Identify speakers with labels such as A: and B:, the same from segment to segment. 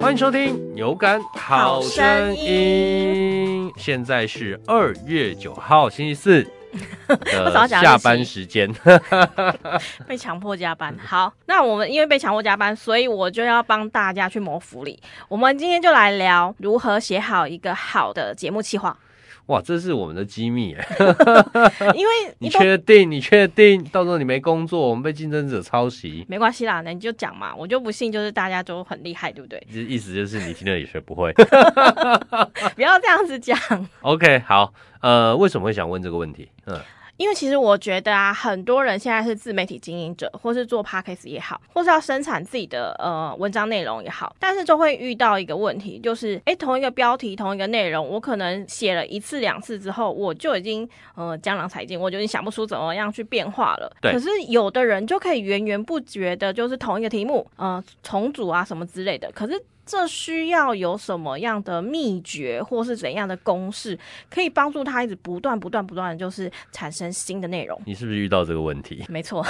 A: 欢迎收听《牛肝好声音》，现在是二月九号星期 四
B: 为什么要
A: 的
B: 讲
A: 下班时间。
B: 被强迫加
A: 嗯
B: 班。好，那我们因为被强迫加班，所以我就要帮大家去谋福利。我们今天就来聊如何写好一个好的节目 企划，
A: 哇，这是我们的机密哎！
B: 因为
A: 你
B: 一般
A: 确定？你确定？到时候你没工作，我们被竞争者抄袭，？
B: 没关系啦，那你就讲嘛，我就不信就是大家都很厉害，对不对
A: 这意思就是你听了也学不 会。
B: 不要这样子讲，
A: OK，好，呃，为什么会想问这个问题？嗯，
B: 因为其实我觉得啊，很多人现在是自媒体经营者，或是做 podcast 也好，或是要生产自己的呃文章内容也好，但是就会遇到一个问题，就是诶，同一个标题、同一个内容，我可能写了一次、两次之后，我就已经呃江郎才尽，我就已经想不出怎么样去变化了。
A: 对
B: 可是有的人就可以源源不绝的，就是同一个题目，呃，重组啊什么之类的。可是这需要有什么样的秘诀，或是怎样的公式，可以帮助他一直不断、不断、不断的，就是产生新的 内容。
A: 你是不是遇到这个问题？
B: 没错，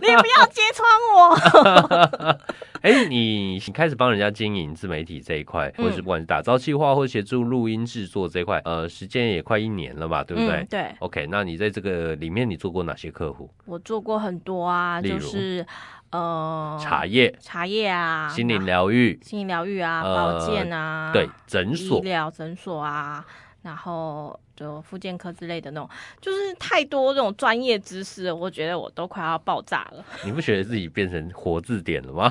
B: 你不要揭穿我。
A: 哎，你你开始帮人家经营自媒体这一块，
B: 嗯
A: 或是不管是打造计划或协助录音制作这一块，呃，时间也快一年了嘛，对不对？
B: 嗯、对
A: OK，那你在这个里面你做过哪些客户？
B: 我做过很多啊，
A: 例如
B: 就是呃
A: 茶叶、
B: 茶叶啊，
A: 心灵
B: 然
A: 疗愈，
B: 心灵疗愈啊，
A: 呃
B: 保健啊，
A: 对，诊所
B: 医。疗诊所啊，然后就复健科之类的那种，就是太多这种专业知识了，我觉得我都快要爆炸 了。
A: 你不觉得自己变成活字典了 吗？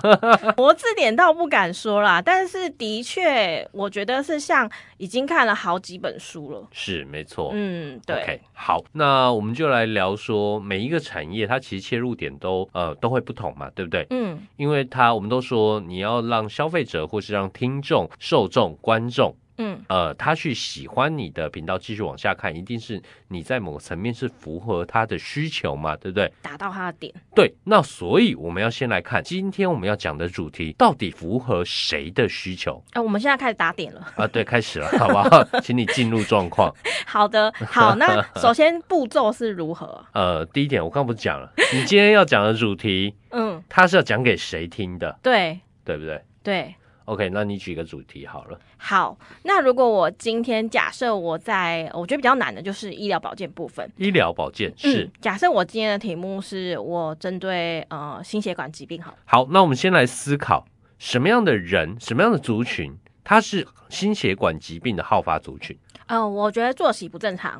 B: 我字典倒不敢说啦，但是的确，我觉得是像已经看了好几本书了。
A: 是，没错。
B: 嗯，对
A: OK，好，那我们就来聊说每一个产业，它其实切入点都呃都会不同嘛，对不对？
B: 嗯，
A: 因为它我们都说你要让消费者或是让听众、受众、观众，
B: 嗯，
A: 呃，他去喜欢你的频道，继续往下看，一定是你在某个层面是符合他的需求嘛，对不对？
B: 打到他的点。
A: 对，那所以我们要先来看今天我们要讲的主题到底符合谁的需求
B: 哎、我们现在开始打点了。
A: 啊？对，开始了，好不好？ 请你进入状况。
B: 好的，好，那首先步骤是如何？
A: 呃，第一点我刚不是讲了，你今天要讲的主题，
B: 嗯，
A: 它是要讲给谁听的，
B: 对
A: 对不对
B: 对，
A: ？OK，那你举一个主题好了。
B: 好，那如果我今天假设我在，我觉得比较难的就是医疗保健部分。
A: 医疗保健是、
B: 嗯，假设我今天的题目是我针对呃心血管疾病好了，
A: 好，那我们先来思考什么样的人，什么样的族群，他是心血管疾病的好发族群，
B: 嗯、我觉得作息不正常，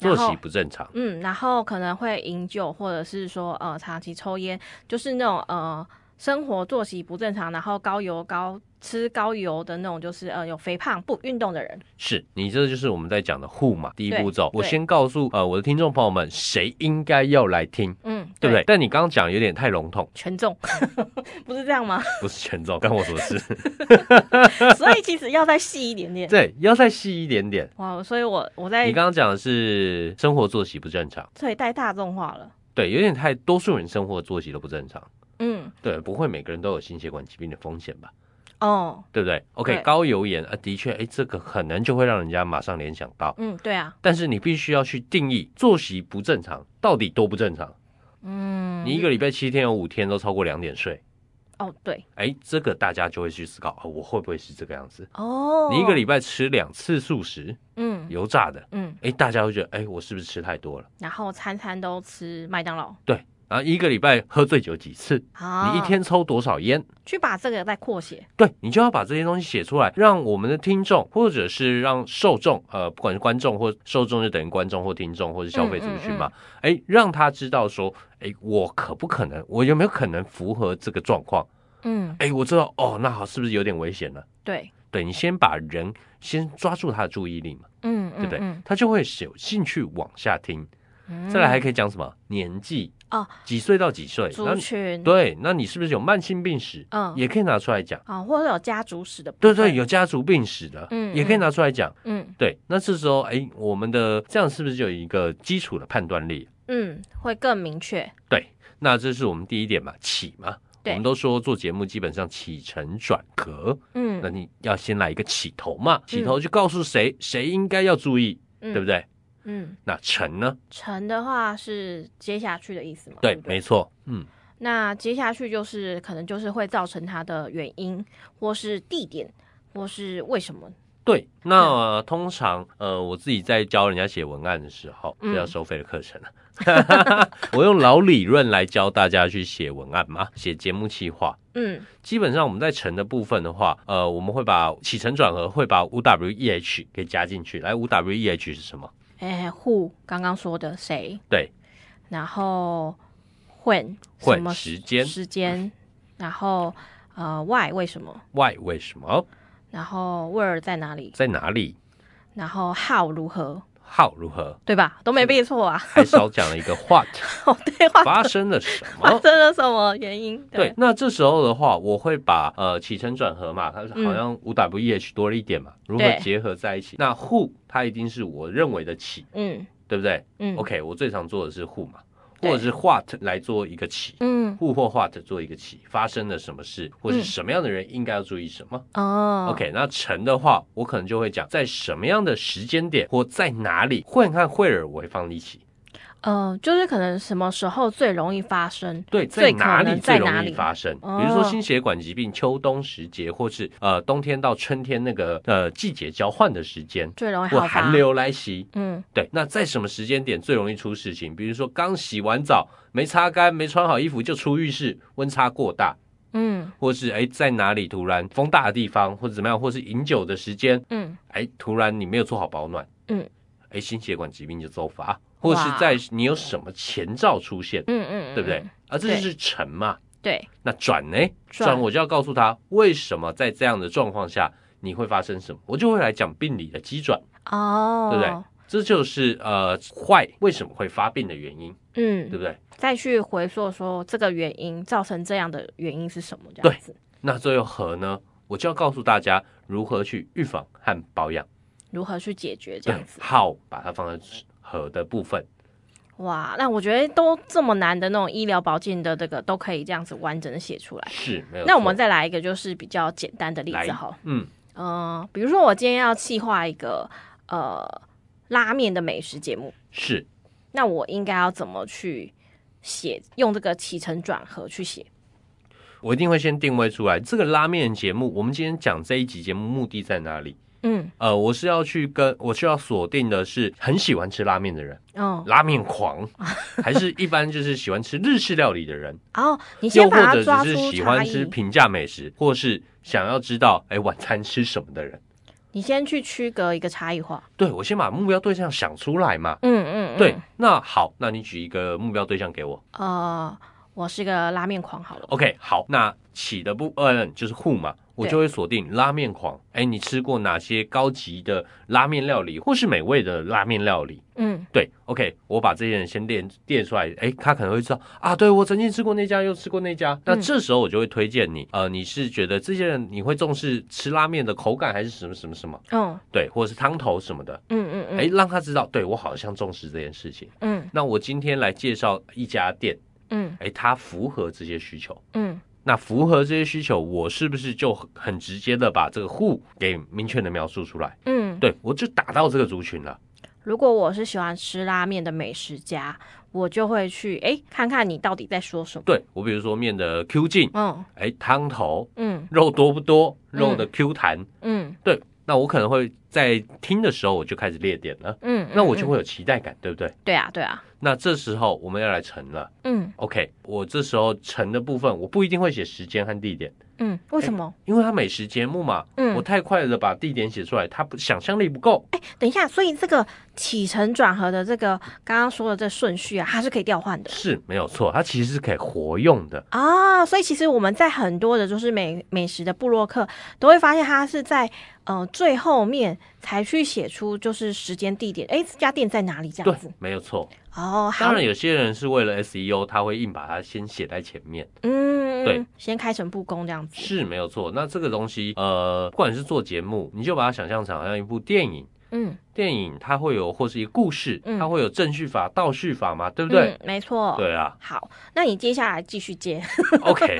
B: 然
A: 作
B: 后
A: 息不正常。
B: 嗯，然后可能会饮酒，或者是说呃长期抽烟，就是那种呃生活作息不正常，然后高油高吃高油的那种，就是呃有肥胖不运动的人。
A: 是你这就是我们在讲的护嘛，第一
B: 对
A: 步骤，我
B: 对
A: 先告诉呃我的听众朋友们，谁应该要来听，
B: 嗯，
A: 对不对？但你刚刚讲有点太笼统，
B: 权 重不是这样吗？
A: 不是权重，关我什么事？
B: 所以其实要再细一点点。
A: 对，要再细一点点。
B: 哇，所以我我在
A: 你刚刚讲的是生活作息不正常，
B: 所以太大众化了。
A: 对，有点太多数人生活作息都不正常，
B: 嗯，
A: 对，不会每个人都有心血管疾病的风险吧？
B: 哦，
A: 对不对？OK，
B: 对
A: 高油盐啊，的确，哎，这个可能就会让人家马上联想到，
B: 嗯，对啊，
A: 但是你必须要去定义作息不正常到底多不正常。
B: 嗯，
A: 你一个礼拜七天有五天都超过两点睡。
B: 哦，对，
A: 哎，这个大家就会去思考，哦、我会不会是这个样子？
B: 哦，
A: 你一个礼拜吃两次素食，
B: 嗯
A: 油炸的，
B: 嗯，
A: 哎，大家会觉得，哎，我是不是吃太多了？
B: 然后餐餐都吃麦当劳
A: 对，然后一个礼拜喝醉酒几次，
B: 啊
A: 你一天抽多少烟？
B: 去把这个再扩写，
A: 对你就要把这些东西写出来，让我们的听众或者是让受众，呃，不管是观众或受众，就等于观众或听众或是消费族群
B: 嗯
A: 嘛，哎、让他知道说，哎，我可不可能，我有没有可能符合这个状况？
B: 嗯，
A: 哎，我知道，哦，那好，是不是有点危险了？
B: 对，
A: 对你先把人先抓住他的注意力嘛，
B: 嗯，
A: 对不对？
B: 嗯
A: 他就会有兴趣往下听。
B: 嗯
A: 再来还可以讲什么年纪
B: 哦，
A: 几岁到几岁？那
B: 族群，
A: 对，那你是不是有慢性病史？
B: 嗯，
A: 也可以拿出来讲。
B: 啊，或者有家族史的，
A: 对对，，有家族病史的，
B: 嗯
A: 也可以拿出来讲。
B: 嗯
A: 对，那这时候，哎，我们的这样是不是就有一个基础的判断力？
B: 嗯，会更明确，
A: 对，那这是我们第一点嘛，起嘛。我
B: 对
A: 们都说做节目基本上起承转合，那
B: 嗯，
A: 你要先来一个起头嘛，起头就告诉谁、谁应该要注意，
B: 对
A: 对不？对？
B: 嗯，
A: 那承呢？
B: 成的话是接下去的意思嘛？
A: 对，
B: 不
A: 没错，嗯，
B: 那接下去就是可能就是会造成它的原因，或是地点，或是为什么。
A: 对，那、呃通常呃，我自己在教人家写文案的时候，
B: 嗯
A: 这要收费的课程了。 我用老理论来教大家去写文案嘛，写节目企划。
B: 嗯
A: 基本上我们在成的部分的话，呃，我们会把起承转合会把 U W E H 给加进去。来，U W E H 是什么？
B: 哎，who 刚刚说的谁？
A: 对，
B: 然后 when 什
A: when
B: 么
A: 时间
B: 时间，然后呃 why 为什么，
A: ，Why 为什么
B: 然后 where 在哪里，
A: 在哪里
B: 然后 how 如何，
A: ？How 如何？
B: 对吧？都没背错啊。
A: 还少讲了一个 What，
B: 哦，对话
A: 发生了什
B: 发
A: 么？
B: 生了什么原因？
A: 对，，那这时候的话，我会把呃起承转合嘛，它好像五 W E H 多了一点嘛，如何
B: 嗯对
A: 结合在一起？那 Who 它一定是我认为的起，
B: 嗯
A: 对不对、
B: 嗯
A: o k 我最常做的是 Who 嘛，或
B: 对
A: 者是 What 来做一个起。
B: 嗯
A: who 或 what 做一个起，发生了什么事，或是什么样的人应该要注意什么。
B: 哦
A: OK，那成的话，我可能就会讲在什么样的时间点或在哪里，混和惠尔我会放一起。
B: 呃，就是可能什么时候最容易发生？
A: 对，
B: 最
A: 在哪
B: 可
A: 里
B: 能在
A: 最
B: 哪
A: 容
B: 里
A: 易发生？
B: 哦
A: 比如说心血管疾病，秋冬时节，或是呃冬天到春天那个呃季节交换的时间，
B: 最容易
A: 或
B: 好发
A: 寒。流来袭。
B: 嗯
A: 对，那在什么时间点最容易出事情？比如说刚洗完澡，没擦干，没穿好衣服就出浴室，温差过大，
B: 嗯
A: 或是哎在哪里突然风大的地方，或者怎么样，或是饮酒的时间，
B: 嗯
A: 哎突然你没有做好保暖，
B: 嗯，
A: 哎心血管疾病就走法，或是在你有什么前兆出现，
B: 嗯嗯，
A: 对不对
B: 嗯？？
A: 啊，这就是成嘛。
B: 对，
A: 那转呢？
B: 转
A: 转我就要告诉他为什么在这样的状况下你会发生什么，我就会来讲病理的机转，
B: 哦，
A: 对不对？这就是呃坏为什么会发病的原因，
B: 嗯，
A: 对不对？
B: 再去回溯说这个原因造成这样的原因是什么，这样子
A: 那最后和呢，我就要告诉大家如何去预防和保养。
B: 如何去解决这
A: 对
B: 样子。
A: 好，把它放在和的部分。
B: 哇，那我觉得都这么难的那种医疗保健的这个都可以这样子完整的写出来。
A: 是没有错。
B: 那我们再来一个就是比较简单的例
A: 来
B: 子好了，
A: 嗯，
B: 嗯、比如说我今天要企划一个呃拉面的美食节目，
A: 是
B: 那我应该要怎么去写？用这个起承转合去写。
A: 我一定会先定位出来这个拉面节目。我们今天讲这一集节目目的在哪里？
B: 嗯，
A: 呃，我是要去跟我需要锁定的是很喜欢吃拉面的人，
B: 哦，
A: 拉面 狂，还是一般就是喜欢吃日式料理的人，
B: 然后哦你先
A: 又
B: 把
A: 或
B: 它
A: 者
B: 抓
A: 只是
B: 出
A: 喜
B: 差
A: 欢吃
B: 异，
A: 平价美食，或是想要知道哎晚餐吃什么的人。
B: 你先去区隔一个差异化。
A: 对，我先把目标对象想出来嘛。
B: 嗯嗯，嗯
A: 对，，那好，那你举一个目标对象给我。
B: 呃，我是个拉面狂好了。
A: OK，好，那起的部分就是 who 嘛，我
B: 对
A: 就会锁定拉面狂。哎，你吃过哪些高级的拉面料理，或是美味的拉面料理？
B: 嗯
A: 对，OK，我把这些人先列列出来，哎，他可能会知道啊，对我曾经吃过那家，又吃过那家。那
B: 嗯
A: 这时候我就会推荐你，呃，你是觉得这些人你会重视吃拉面的口感，还是什么什么什么？
B: 嗯
A: 对，或者是汤头什么的，
B: 嗯嗯嗯，
A: 哎，让他知道，对我好像重视这件事情。
B: 嗯
A: 那我今天来介绍一家店，
B: 嗯
A: 哎，它符合这些需求。
B: 嗯
A: 那符合这些需求，我是不是就很很直接的把这个 who 给明确的描述出来？
B: 嗯。
A: 对我就打到这个族群了。
B: 如果我是喜欢吃拉面的美食家，我就会去哎看看你到底在说什么。
A: 对我比如说面的 Q 劲，
B: 嗯
A: 哎，汤头
B: 嗯
A: 肉多不多，肉的 Q 弹，
B: 嗯
A: 对，那我可能会在听的时候我就开始列点了，
B: 嗯，
A: 那我就
B: 嗯
A: 会有期待感，对不对？
B: 嗯对啊对啊，
A: 那这时候我们要来乘了
B: 嗯
A: ，OK，我这时候乘的部分我不一定会写时间和地点，
B: 嗯，为什么？
A: 因为它美食节目嘛，
B: 嗯哎
A: 我太快的把地点写出来，它不想象力不够。
B: 等一下，所以这个起承转合的这个刚刚说的这顺序啊，它是可以调换的
A: 是没有错，它其实是可以活用的。
B: 啊。所以其实我们在很多的就是美美食的部落客都会发现，它是在呃最后面才去写出就是时间地点，哎，这家店在哪里这
A: 对
B: 样子。，
A: 没有错。
B: 哦，好
A: 当，然，有些人是为了 SEO，他会硬把它先写在前面，
B: 嗯，
A: 对，
B: 先开诚布公这样子。
A: 是没有错。那这个东西，呃，不管是做节目，你就把它想象成好像一部电影，
B: 嗯，
A: 电影它会有或是一个故事，
B: 嗯
A: 它会有正叙法、倒叙法嘛，对
B: 对
A: 不对？
B: 嗯没错。
A: 对啊
B: 好，那你接下来继 续接，
A: ，OK，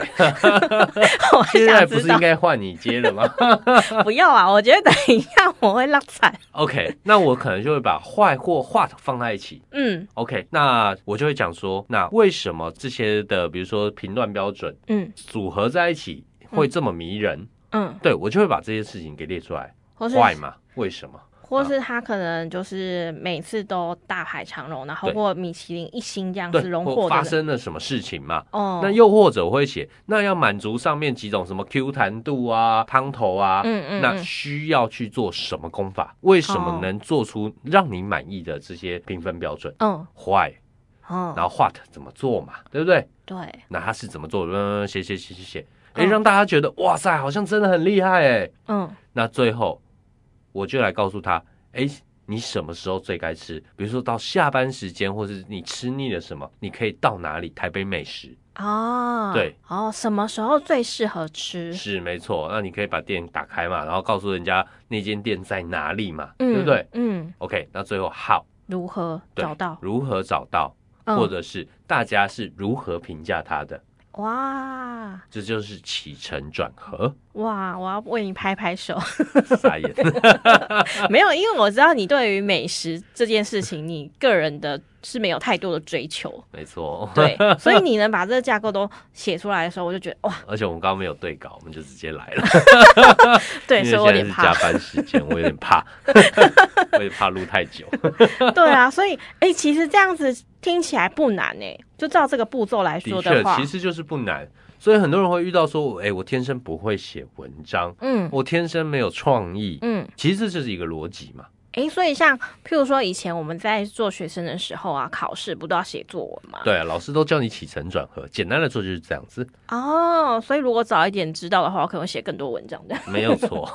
B: 我还
A: 现在
B: 想
A: 不
B: 知
A: 是应
B: 道。
A: 该换你接了吗
B: 不要啊，我觉得等一下我会落惨。
A: ？OK，那我可能就会把坏或 what 放在一起。
B: 嗯
A: OK，那我就会讲说，那为什么这些的，比如说评断标准
B: 嗯
A: 组合在一起会这么迷人？
B: 嗯，
A: 对我就会把这些事情给列出来。
B: 或是哦
A: 坏嘛？为什么？
B: 或是他可能就是每次都大排长龙，然后
A: 对
B: 或米其林一星这样
A: 对
B: 子，荣
A: 或
B: 获的
A: 发
B: 人。
A: 生了什么事情嘛？
B: 哦，
A: 那又或者我会写，那要满足上面几种什么 Q 弹度啊、汤头啊，
B: 嗯嗯
A: 那
B: 嗯
A: 需要去做什么功法？为什
B: 哦
A: 么能做出让你满意的这些评分标准
B: 嗯
A: 坏，然
B: 哦，
A: 后 what 怎么做嘛？对不对？
B: 对，
A: 那他是怎么做的？嗯，写写写写写，哎，
B: 嗯
A: 让大家觉得哇塞，好像真的很厉害哎。
B: 嗯
A: 那最后我就来告诉他，哎，你什么时候最该吃？比如说到下班时间，或是你吃腻了什么，你可以到哪里台北美食
B: 哦，
A: 对，
B: 哦，什么时候最适合吃？
A: 是没错。那你可以把店打开嘛，然后告诉人家那间店在哪里嘛，
B: 嗯，
A: 对不对
B: 嗯，
A: ？OK，那最后好，
B: 如何
A: 对
B: 找到？
A: 如何找到，
B: 嗯
A: 或者是大家是如何评价它的，
B: 哇
A: 这就是起承转合。
B: 哇，我要为你拍拍手。
A: 傻眼，
B: 没有，因为我知道你对于美食这件事情，你个人的是没有太多的 追求，
A: 没错。
B: 对，所以你能把这个架构都写出来的时候，我就觉得哇，
A: 而且我们刚刚没有对稿，我们就直接来了。
B: 对，
A: 因
B: 所
A: 为
B: 以
A: 现在
B: 我有点
A: 是
B: 怕
A: 加。班时间，我有点怕， 我也怕录太久。
B: 对啊，所以哎、诶其实这样子听起来不难哎、就照这个步骤来说
A: 的确，
B: 话
A: 其，实就是不难，所以很多人会遇到说，哎、我天生不会写文章，
B: 嗯
A: 我天生没有创意。
B: 嗯，
A: 其实这就是一个逻辑嘛，
B: 哎、所以像譬如说以前我们在做学生的时候啊，考试不都要写作文吗？。
A: 对啊，老师都教你起承转合，简单的说就是这样子，
B: 哦，所以如果早一点知道的话，我可能会写更多文章的。
A: 没有错。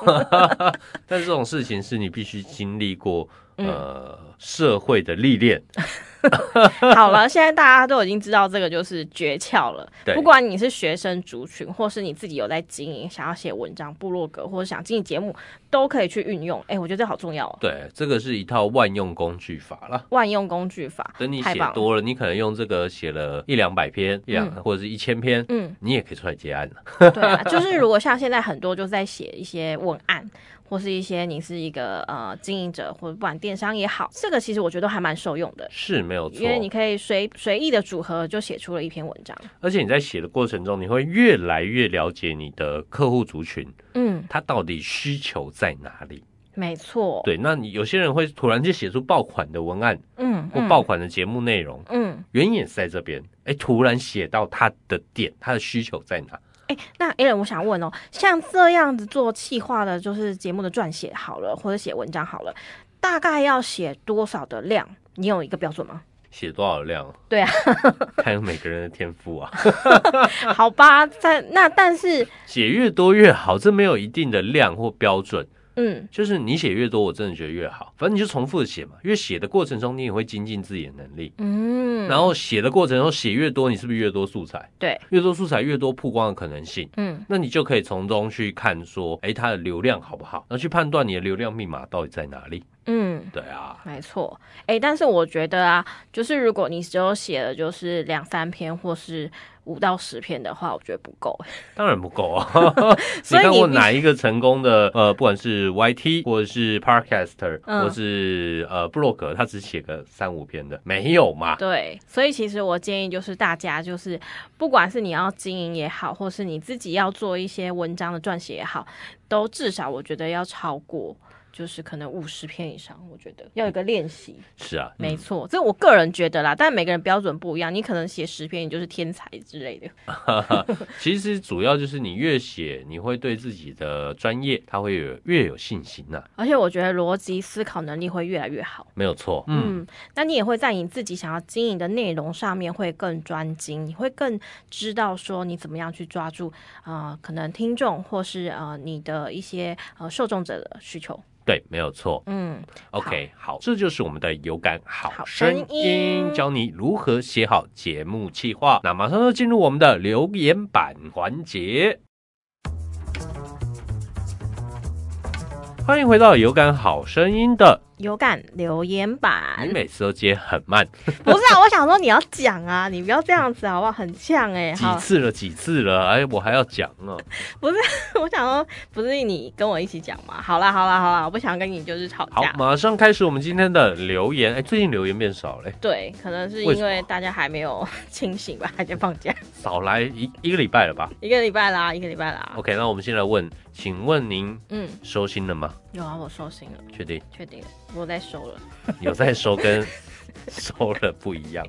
A: 但是这种事情是你必须经历过
B: 嗯
A: 呃、社会的历练，
B: 好了，现在大家都已经知道这个就是诀窍了。
A: 对
B: 不管你是学生族群，或是你自己有在经营，想要写文章、部落格，或者想经营节目，都可以去运用。哎、我觉得这好重要哦，
A: 对，这个是一套万用工具法啦。
B: 万用工具法。
A: 等你
B: 太
A: 写
B: 棒了
A: 多了，你可能用这个写了一两百篇，一两、或者是一千篇，
B: 嗯，
A: 你也可以出来接案了。
B: 对啊， 就是如果像现在很多就在写一些文案，或是一些你是一个呃经营者，或者不管电商也好，这个其实我觉得都还蛮受用的，
A: 是没有错
B: 因。为你可以随随意的组合就写出了一篇文章。
A: 而且你在写的过程中，你会越来越了解你的客户族群，
B: 嗯，
A: 他到底需求在哪里。
B: 没错。
A: 对，那你有些人会突然就写出爆款的文案
B: 嗯，
A: 或爆款的节目内容，
B: 嗯。嗯
A: 原因也是在这边。哎，突然写到他的点，他的需求在哪？
B: 哎、那 a l 我想问哦，像这样子做企划的，就是节目的撰写好了，或者写文章好了，大概要写多少的量？你有一个标 准吗？
A: 写多少量？
B: 对啊，
A: 看每个人的天赋啊，
B: 好吧，但那但是，
A: 写越多越好，这没有一定的量或标准。
B: 嗯，
A: 就是你写越多，我真的觉得越好。反正你就重复的写嘛，越写的过程中，你也会精进自己的能力。
B: 嗯，
A: 然后写的过程中，写越多，你是不是越多素材？
B: 对，
A: 越多素材，越多曝光的可能性。
B: 嗯，
A: 那你就可以从中去看说，诶，它的流量好不好，然后去判断你的流量密码到底在哪里。
B: 嗯。
A: 对啊，
B: 没错，哎、但是我觉得啊，就是如果你只有写了就是两三篇或是五到十篇的话，我觉得不够。
A: 当然不够 啊。
B: 所以
A: 看
B: 你
A: 过
B: 必须
A: 哪一个成功的呃，不管是 YT 或者是 Podcaster，、
B: 嗯
A: 或是呃布洛格，他只写个三五篇的，没有嘛？
B: 对，所以其实我建议就是大家就是，不管是你要经营也好，或是你自己要做一些文章的撰写也好，都至少我觉得要超过。就是可能五十篇以上，我觉得要有一个练习，
A: 是啊，
B: 没错，这我个人觉得啦，但每个人标准不一样，你可能写十篇你就是天才之类的，
A: 其实主要就是你越写，你会对自己的专业，他会有越有信心呐、
B: 而且我觉得逻辑思考能力会越来越好。
A: 没有错，嗯，
B: 嗯，那你也会在你自己想要经营的内容上面会更专精，你会更知道说你怎么样去抓住呃，可能听众或是呃你的一些呃受众者的需求。
A: 对，没有错。
B: 嗯，
A: OK，好，这就是我们的有感好
B: 好
A: 声
B: 声
A: 音，
B: 音
A: 教你如何写好节目企划。那马上就进入我们的留言板环节。欢迎回到《有感好声音》的，
B: 有感留言板
A: 你。每次都接很慢，
B: 不是啊，我想说你要讲啊，你不要这样子好不好？很呛哎、
A: 几
B: 好，
A: 次了，几次了，哎，我还要讲呢。
B: 我想说不是你跟我一起讲嘛？好啦好啦好啦，我不想跟你就是吵
A: 好
B: 架，。
A: 马上开始我们今天的留言。哎，最近留言变少嘞，
B: 对，可能是
A: 为什
B: 因
A: 么
B: 为大家还没有 清醒吧，还在放假，
A: 少来一一个礼拜了吧
B: 一个礼拜啦，一个礼拜啦。
A: ？OK，那我们先来问，请问您
B: 嗯，
A: 收心了吗？
B: 有啊，我收心了，
A: 确定
B: 确定了，我在收了。
A: 有在收跟 收了不一 样。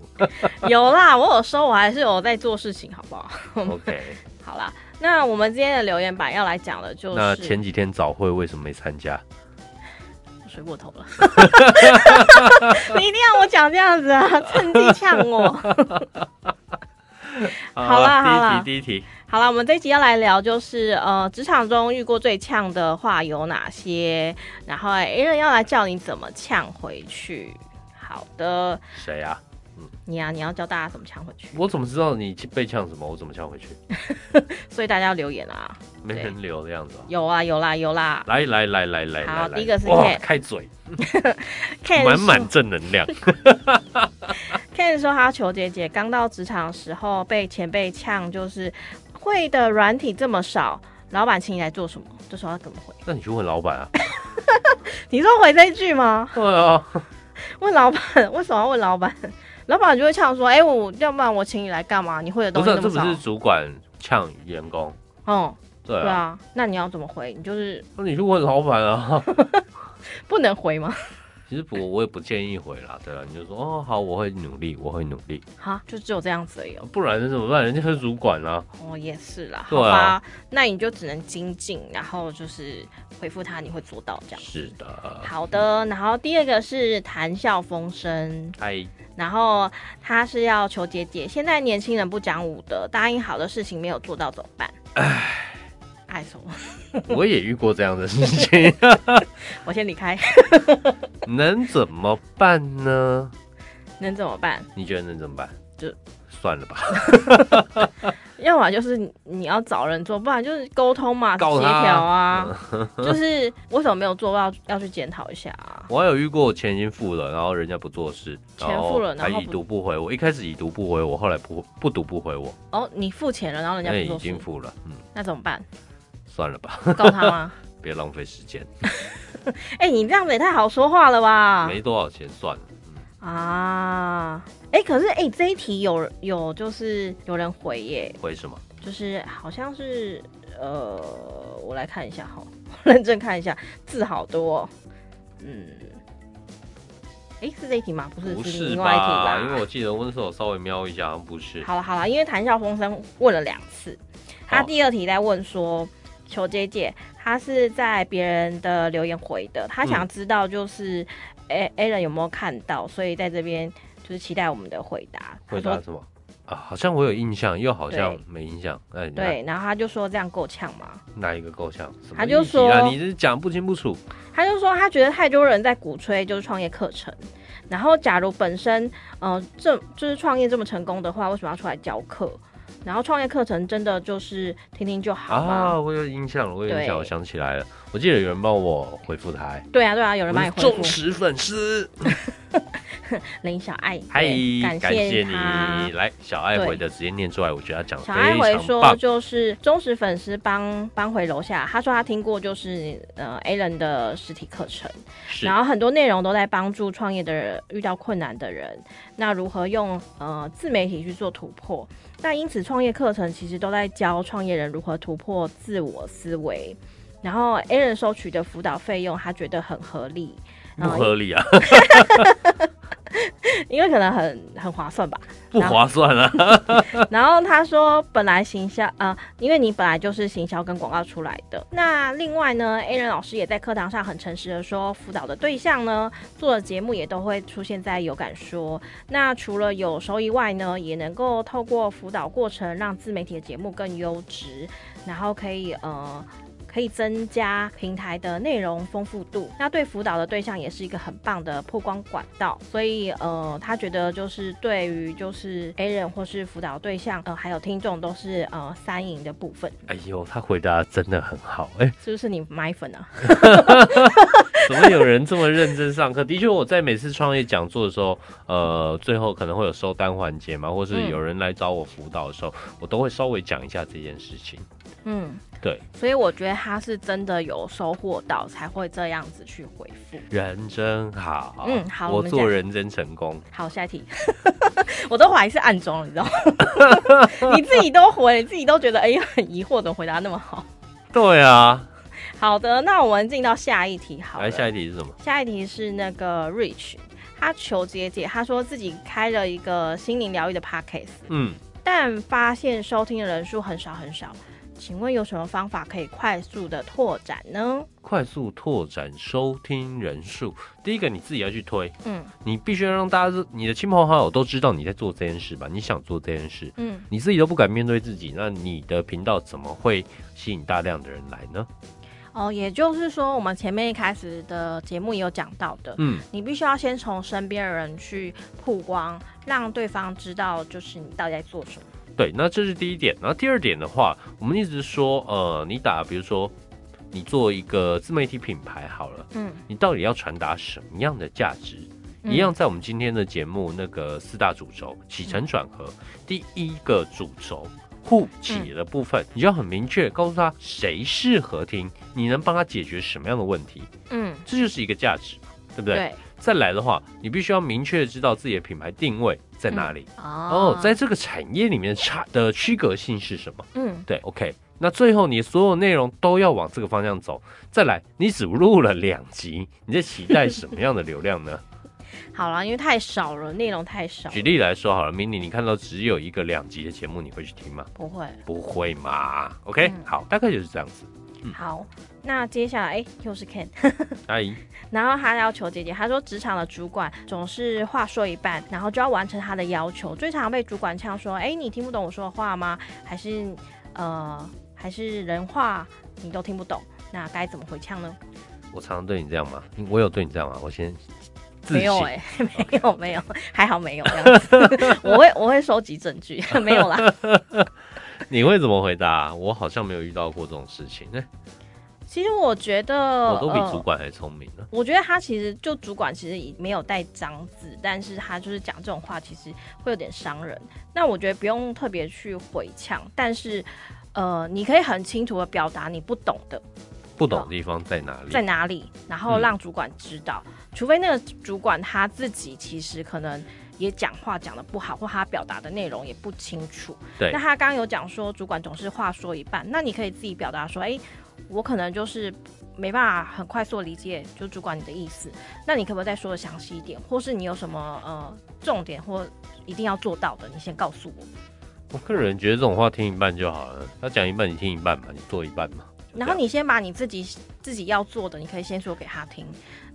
B: 有啦，我有收，我还是有在做事情，好不 好？
A: OK，
B: 好啦，那我们今天的留言板要来讲的就是
A: 那前几天早会为什么没参加？
B: 水过头了， 你一定要我讲这样子 啊，趁机呛我。好啦好啦
A: 啊第一题第一题，
B: 好了，我们这一集要来聊就是呃，职场中遇过最呛的话有哪些，然后 A 人要来教你怎么呛回去。好的，
A: 谁啊？
B: 你啊，你要教大家怎么呛回去，
A: 我怎么知道你被呛什么？我怎么呛回去？
B: 所以大家要留言啊。
A: 没人留的样子、啊。
B: 有啊，有啦，有啦。
A: 来来来来来，
B: 好
A: 来来
B: 第一个是
A: 哇
B: Ken
A: 开嘴，
B: Ken
A: 满
B: 说
A: 满正能 量。
B: Ken 说他求姐姐刚到职场的时候被前辈呛，就是会的软体这么少，老板请你来做什么？这时候要怎么回？
A: 那你去问老板 啊。
B: 你说回这一句吗？
A: 对啊，
B: 问老板， 为什么要问老板？老板就会呛说：“哎、我要不然我请你来干嘛？你会的东
A: 不
B: 西
A: 是啊，
B: 那
A: 这
B: 么
A: 不是
B: 少。
A: 主管呛员工。”
B: 哦，
A: 对
B: 对
A: 啊，
B: 啊，那你要怎么回？你就是
A: 那你去问老板啊。
B: 不能回吗？
A: 其实我我也不建议回啦，对啊，你就说哦好，我会努力，我会努力，
B: 哈，就只有这样子而已哦。
A: 不然怎么办？人家是主管啊，
B: 哦，也是啦，好
A: 对啊
B: 吧，那你就只能精进，然后就是回复他，你会做到这样。
A: 是的，
B: 好的，然后第二个是谈笑风生，
A: 哎，
B: 然后他是要求姐姐，现在年轻人不讲武德，答应好的事情没有做到怎么办？唉，爱什么？
A: 我也遇过这样的事情，
B: 我先离开，
A: 能怎么办呢？
B: 能怎么办？
A: 你觉得能怎么办？
B: 就
A: 算了吧，
B: 要么就是你你要找人做，不然就是沟通嘛，协
A: 告他
B: 调啊，就是为什么没有做到，要去检讨一下啊。
A: 我还有遇过钱已经付了，然后人家不做事，
B: 钱付了
A: 还
B: 然后
A: 已
B: 不
A: 读不回我。一开始已读不回我，后来不不读不回我，
B: 哦，你付钱了，然后人
A: 因
B: 家
A: 为
B: 不
A: 已
B: 做
A: 经
B: 事，
A: 付了，嗯，
B: 那怎么办？
A: 算了吧，
B: 告他吗？
A: 别浪费时间，
B: 哎、你这样子也太好说话了吧？
A: 没多少钱算了。
B: 啊，哎、可是哎、这一题有有就是有人回耶，
A: 回什么？
B: 就是好像是呃，我来看一下哈，我认真看一下，字好多、哦，嗯，诶，是这一题吗？不是，
A: 不
B: 是
A: 是
B: 另外一题
A: 吧？因为
B: 吧？
A: 我记得温手稍微瞄一下，好像不是。
B: 好了好了，因为谈笑风生问了两次，他
A: 哦
B: 第二题在问说，求姐姐，他是在别人的留言回的，他想知道就是，诶 a a 有没有看到，所以在这边就是期待我们的回答。他
A: 回
B: 说
A: 答什么？啊，好像我有印象，又好像
B: 对
A: 没印象。哎，你
B: 对，然后他就说这样够呛吗？
A: 哪哪一个够像？什么
B: 他就
A: 议题啊
B: 说
A: 你是讲不清不楚。
B: 他就说他觉得太多人在鼓吹就是创业课程，然后假如本身呃这就是创业这么成功的话，为什么要出来教课？然后创业课程真的就是听听就好吗？
A: 啊，我有印象了，我有印
B: 对
A: 象，我想起来了，我记得有人帮我回复他，哎
B: 对啊对啊，有
A: 我
B: 人帮你
A: 是
B: 回复
A: 忠实粉丝。
B: 林小爱，
A: 嗨
B: 对，感
A: 感谢
B: 他
A: 你。来，小爱
B: 对
A: 回的直接念出来，我觉得他讲得
B: 小爱回
A: 非常
B: 说，
A: 棒。
B: 就是忠实粉丝帮帮回楼下，他说他听过就是呃 a l a n 的实体课程，
A: 是
B: 然后很多内容都在帮助创业的人遇到困难的人，那如何用呃自媒体去做突破？那因此创业课程其实都在教创业人如何突破自我思维。然后 A 人收取的辅导费用，他觉得很合理，呃
A: 不合理啊，
B: 因为可能很很划算吧。
A: 不划算啊。
B: 然后他说，本来行销呃，因为你本来就是行销跟广告出来的。那另外呢，A 人老师也在课堂上很诚实的说，辅导的对象呢，做的节目也都会出现在有感说。那除了有收益外呢，也能够透过辅导过程，让自媒体的节目更优质，然后可以呃。可以增加平台的内容丰富度。那对辅导的对象也是一个很棒的曝光管道。所以呃，他觉得就是对于就是 A 人或是辅导对象，呃，还有听众都是呃三赢的部分，
A: 哎呦，他回答真的很好，哎，
B: 是不是你买粉啊？
A: 怎么有人这么认真上课？的 确，我在每次创业讲座的时候，呃，最后可能会有收单环节嘛，或
B: 嗯
A: 是有人来找我辅导的时候，我都会稍微讲一下这件事情。
B: 嗯，
A: 对，
B: 所以我觉得他是真的有收获到，才会这样子去回复。
A: 人真好，
B: 嗯好我
A: 我
B: 们
A: 做
B: 讲
A: 人真成功。
B: 好，下一题， 我都怀疑是暗中，你知道 吗？你自己都回，你自己都觉得哎、很疑惑，怎么回答那么好？
A: 对啊，
B: 好的，那我们进到下一题好了。
A: 来下一题是什么？
B: 下一题是那个 Rich，他求姐姐，他说自己开了一个心灵疗愈的 podcast，
A: 嗯，
B: 但发现收听的人数很少很少。请问有什么方法可以快速的拓展呢？
A: 快速拓展收听人数。第一个，你自己要去推，
B: 嗯
A: 你必须要让大家知，你的亲朋好友都知道你在做这件事吧？你想做这件事，
B: 嗯
A: 你自己都不敢面对自己，那你的频道怎么会吸引大量的人来呢？
B: 哦，也就是说，我们前面一开始的节目也有讲到的，
A: 嗯，
B: 你必须要先从身边的人去曝光，让对方知道就是你到底在做什么。
A: 对，那这是第一点。然后第二点的话，我们一直说，呃，你打比如说你做一个自媒体品牌好了，
B: 嗯，
A: 你到底要传达什么样的价值？一样，在我们今天的节目那个四大主轴起承转合，第一个主轴。互起的部分，你就要很明确告诉他谁适合听，你能帮他解决什么样的问题，
B: 嗯，
A: 这就是一个价值，对不对？
B: 对，
A: 再来的话，你必须要明确地知道自己的品牌定位在哪里，
B: 哦
A: 哦，在这个产业里面差的区隔性是什么？
B: 嗯
A: 对，OK。那最后你所有内容都要往这个方向走。再来，你只录了两集，你在期待什么样的流量呢？
B: 好了，因为太少了，内容太少了，
A: 举例来说好了，明年你看到只有一个两集的节目，你会去听吗？
B: 不会。
A: 不会嘛？OK，、
B: 嗯
A: 好，大概就是这样子。
B: 好，那接下来哎、又是 Ken，
A: 阿姨，
B: 然后他要求姐姐，他说职场的主管总是话说一半，然后就要完成他的要求，最常被主管呛说，哎、你听不懂我说的话吗？还是呃，还是人话你都听不懂，那该怎么回呛呢？
A: 我常常对你这样吗？我有对你这样吗？我先自
B: 没有
A: 省。
B: 哎、 没有没有， 还好没有这样子。 我会我会收集证据， 没有啦。
A: 你会怎么回答、啊我好像没有遇到过这种事情。
B: 嗯
A: 哎
B: 其实我觉得，
A: 我都比主
B: 呃
A: 管还聪明呢、
B: 我觉得他其实就主管其实也没有带脏字，但是他就是讲这种话，其实会有点伤人。那我觉得不用特别去回呛，但是呃，你可以很清楚的表达你不懂的
A: 不懂的地方在哪里？
B: 在哪里，然后
A: 嗯
B: 让主管知道。除非那个主管他自己其实可能也讲话讲的不好，或他表达的内容也不清楚。
A: 对
B: 那他刚刚有讲说，主管总是话说一半，那你可以自己表达说，哎、我可能就是。没办法很快速地理解，就主管你的意思，那你可不可以再说的详细一点，或是你有什么呃重点或一定要做到的，你先告诉我。
A: 我个人觉得这种话听一半就好了，他讲一半你听一半嘛，你做一半嘛。就这
B: 然
A: 样
B: 后你先把你自己自己要做的，你可以先说给他听。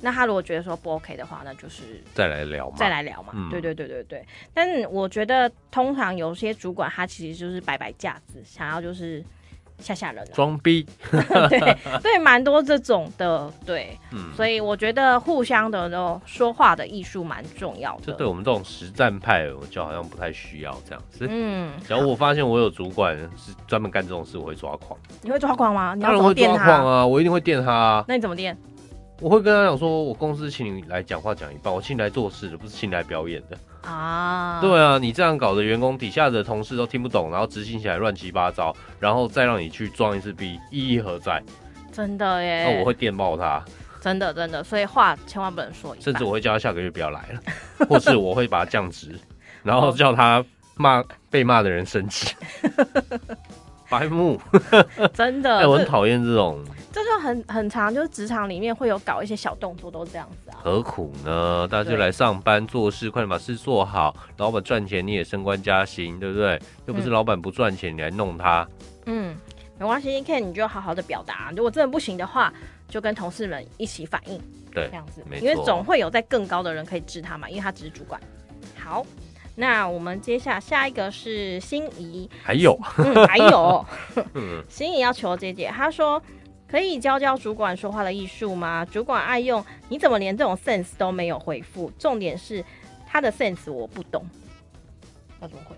B: 那他如果觉得说不 OK 的话，那就是
A: 再来聊嘛。
B: 再来聊嘛。
A: 嗯
B: 对对对对对。但我觉得通常有些主管他其实就是摆摆架子，想要就是吓吓人、啊。
A: 装逼，
B: 对对，蛮多这种的。对，
A: 嗯，
B: 所以我觉得互相的那种说话的艺术蛮重要
A: 这对
B: 的。
A: 我们这种实战派，我就好像不太需要这样子。
B: 嗯，
A: 只要我发现我有主管是专门干这种事，我会抓狂。
B: 你会抓狂吗？你
A: 当
B: 要
A: 然
B: 怎
A: 会
B: 么电
A: 抓狂
B: 他？
A: 啊，我一定会电他啊。
B: 那你怎么电？
A: 我会跟他讲说，我公司请你来讲话讲一半，我请你来做事的，不是请你来表演的。
B: 啊，
A: 对啊，你这样搞的员工底下的同事都听不懂，然后执行起来乱七八糟，然后再让你去装一次逼，意义何在？
B: 真的耶。
A: 那我会电爆
B: 哎
A: 他。
B: 真的真的，所以话千万不能说一半。
A: 甚至我会叫他下个月不要来了，或是我会把他降职，然
B: 哦
A: 后叫他骂被骂的人升 职。白目，
B: 真的，
A: 哎、我很
B: 呃这
A: 讨厌这种，
B: 这就很很常，就是职场里面会有搞一些小动作，都是这样子啊。
A: 何苦呢？大家就来上班做事，快点把事做好，老板赚钱你也升官加薪，对不对？又不是
B: 嗯
A: 老板不赚钱，你来弄他，
B: 嗯，没关系，Ken，你就好好的表达。如果真的不行的话，就跟同事们一起反应，
A: 对
B: 这，样子，
A: 没
B: 因为
A: 错
B: 总会有在更高的人可以治他嘛，因为他只是主管。好，那我们接下下一个是心仪，
A: 还有，啊
B: 嗯，还有
A: 嗯，
B: 心仪要求姐姐，她说。可以教教主管说话的艺术吗？主管爱用，你怎么连这种 sense 都没有回复？重点是他的 sense 我不懂，要怎么回？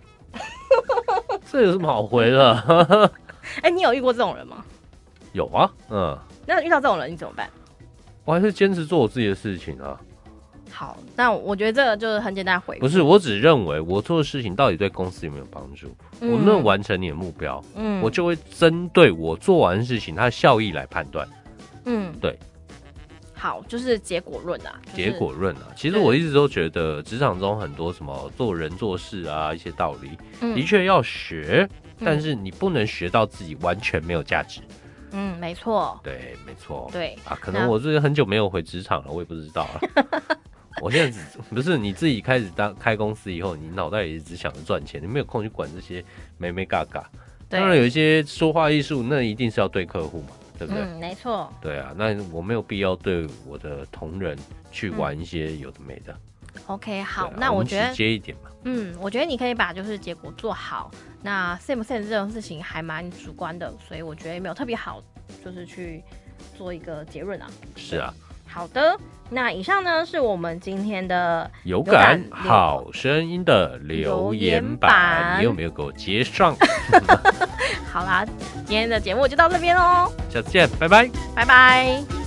A: 这有什么好回的？
B: 哎、你有遇过这种人吗？
A: 有啊，嗯，
B: 那遇到这种人你怎么办？
A: 我还是坚持做我自己的事情啊。
B: 好，那我觉得这个就是很简单的回复
A: 不。是，我只认为我做的事情到底对公司有没有帮助，我能不能完成你的目标，
B: 嗯嗯，嗯
A: 我就会针对我做完的事情它的效益来判断
B: 嗯
A: 对，
B: 好，就是结果论啊，就是
A: 结果论啊。其实
B: 对
A: 我一直都觉得职场中很多什么做人做事啊一些道理，
B: 嗯
A: 的确要学，
B: 嗯
A: 但是你不能学到自己完全没有价值。
B: 嗯，没错，
A: 对，没错。
B: 对，
A: 啊，可
B: 那
A: 能我最近很久没有回职场了，我也不知道了。 我现在只不是你自己开始当开公司以后，你脑袋也只想着赚钱，你没有空去管这些没没嘎嘎。当然
B: 对，
A: 有一些说话艺术，那一定是要对客户嘛，对不对？
B: 嗯，没错。
A: 对啊，那我没有必要对我的同仁去玩一些有的没的。
B: OK，好，
A: 对啊
B: 那
A: 我
B: 我
A: 们
B: 觉得
A: 直接一点嘛。
B: 嗯，我觉得你可以把就是结果做好。那 s a m e s a m 这种事情还蛮主观的，所以我觉得没有特别好，就是去做一个结论啊。
A: 是啊，
B: 好的，那以上呢是我们今天的，
A: 有
B: 感
A: 感
B: 留
A: 好声音的
B: 留
A: 留
B: 言
A: 言
B: 板
A: 板，你有没有给我接上？
B: 好啦，今天的节目就到这边喽，
A: 下次见，拜拜。
B: 拜拜。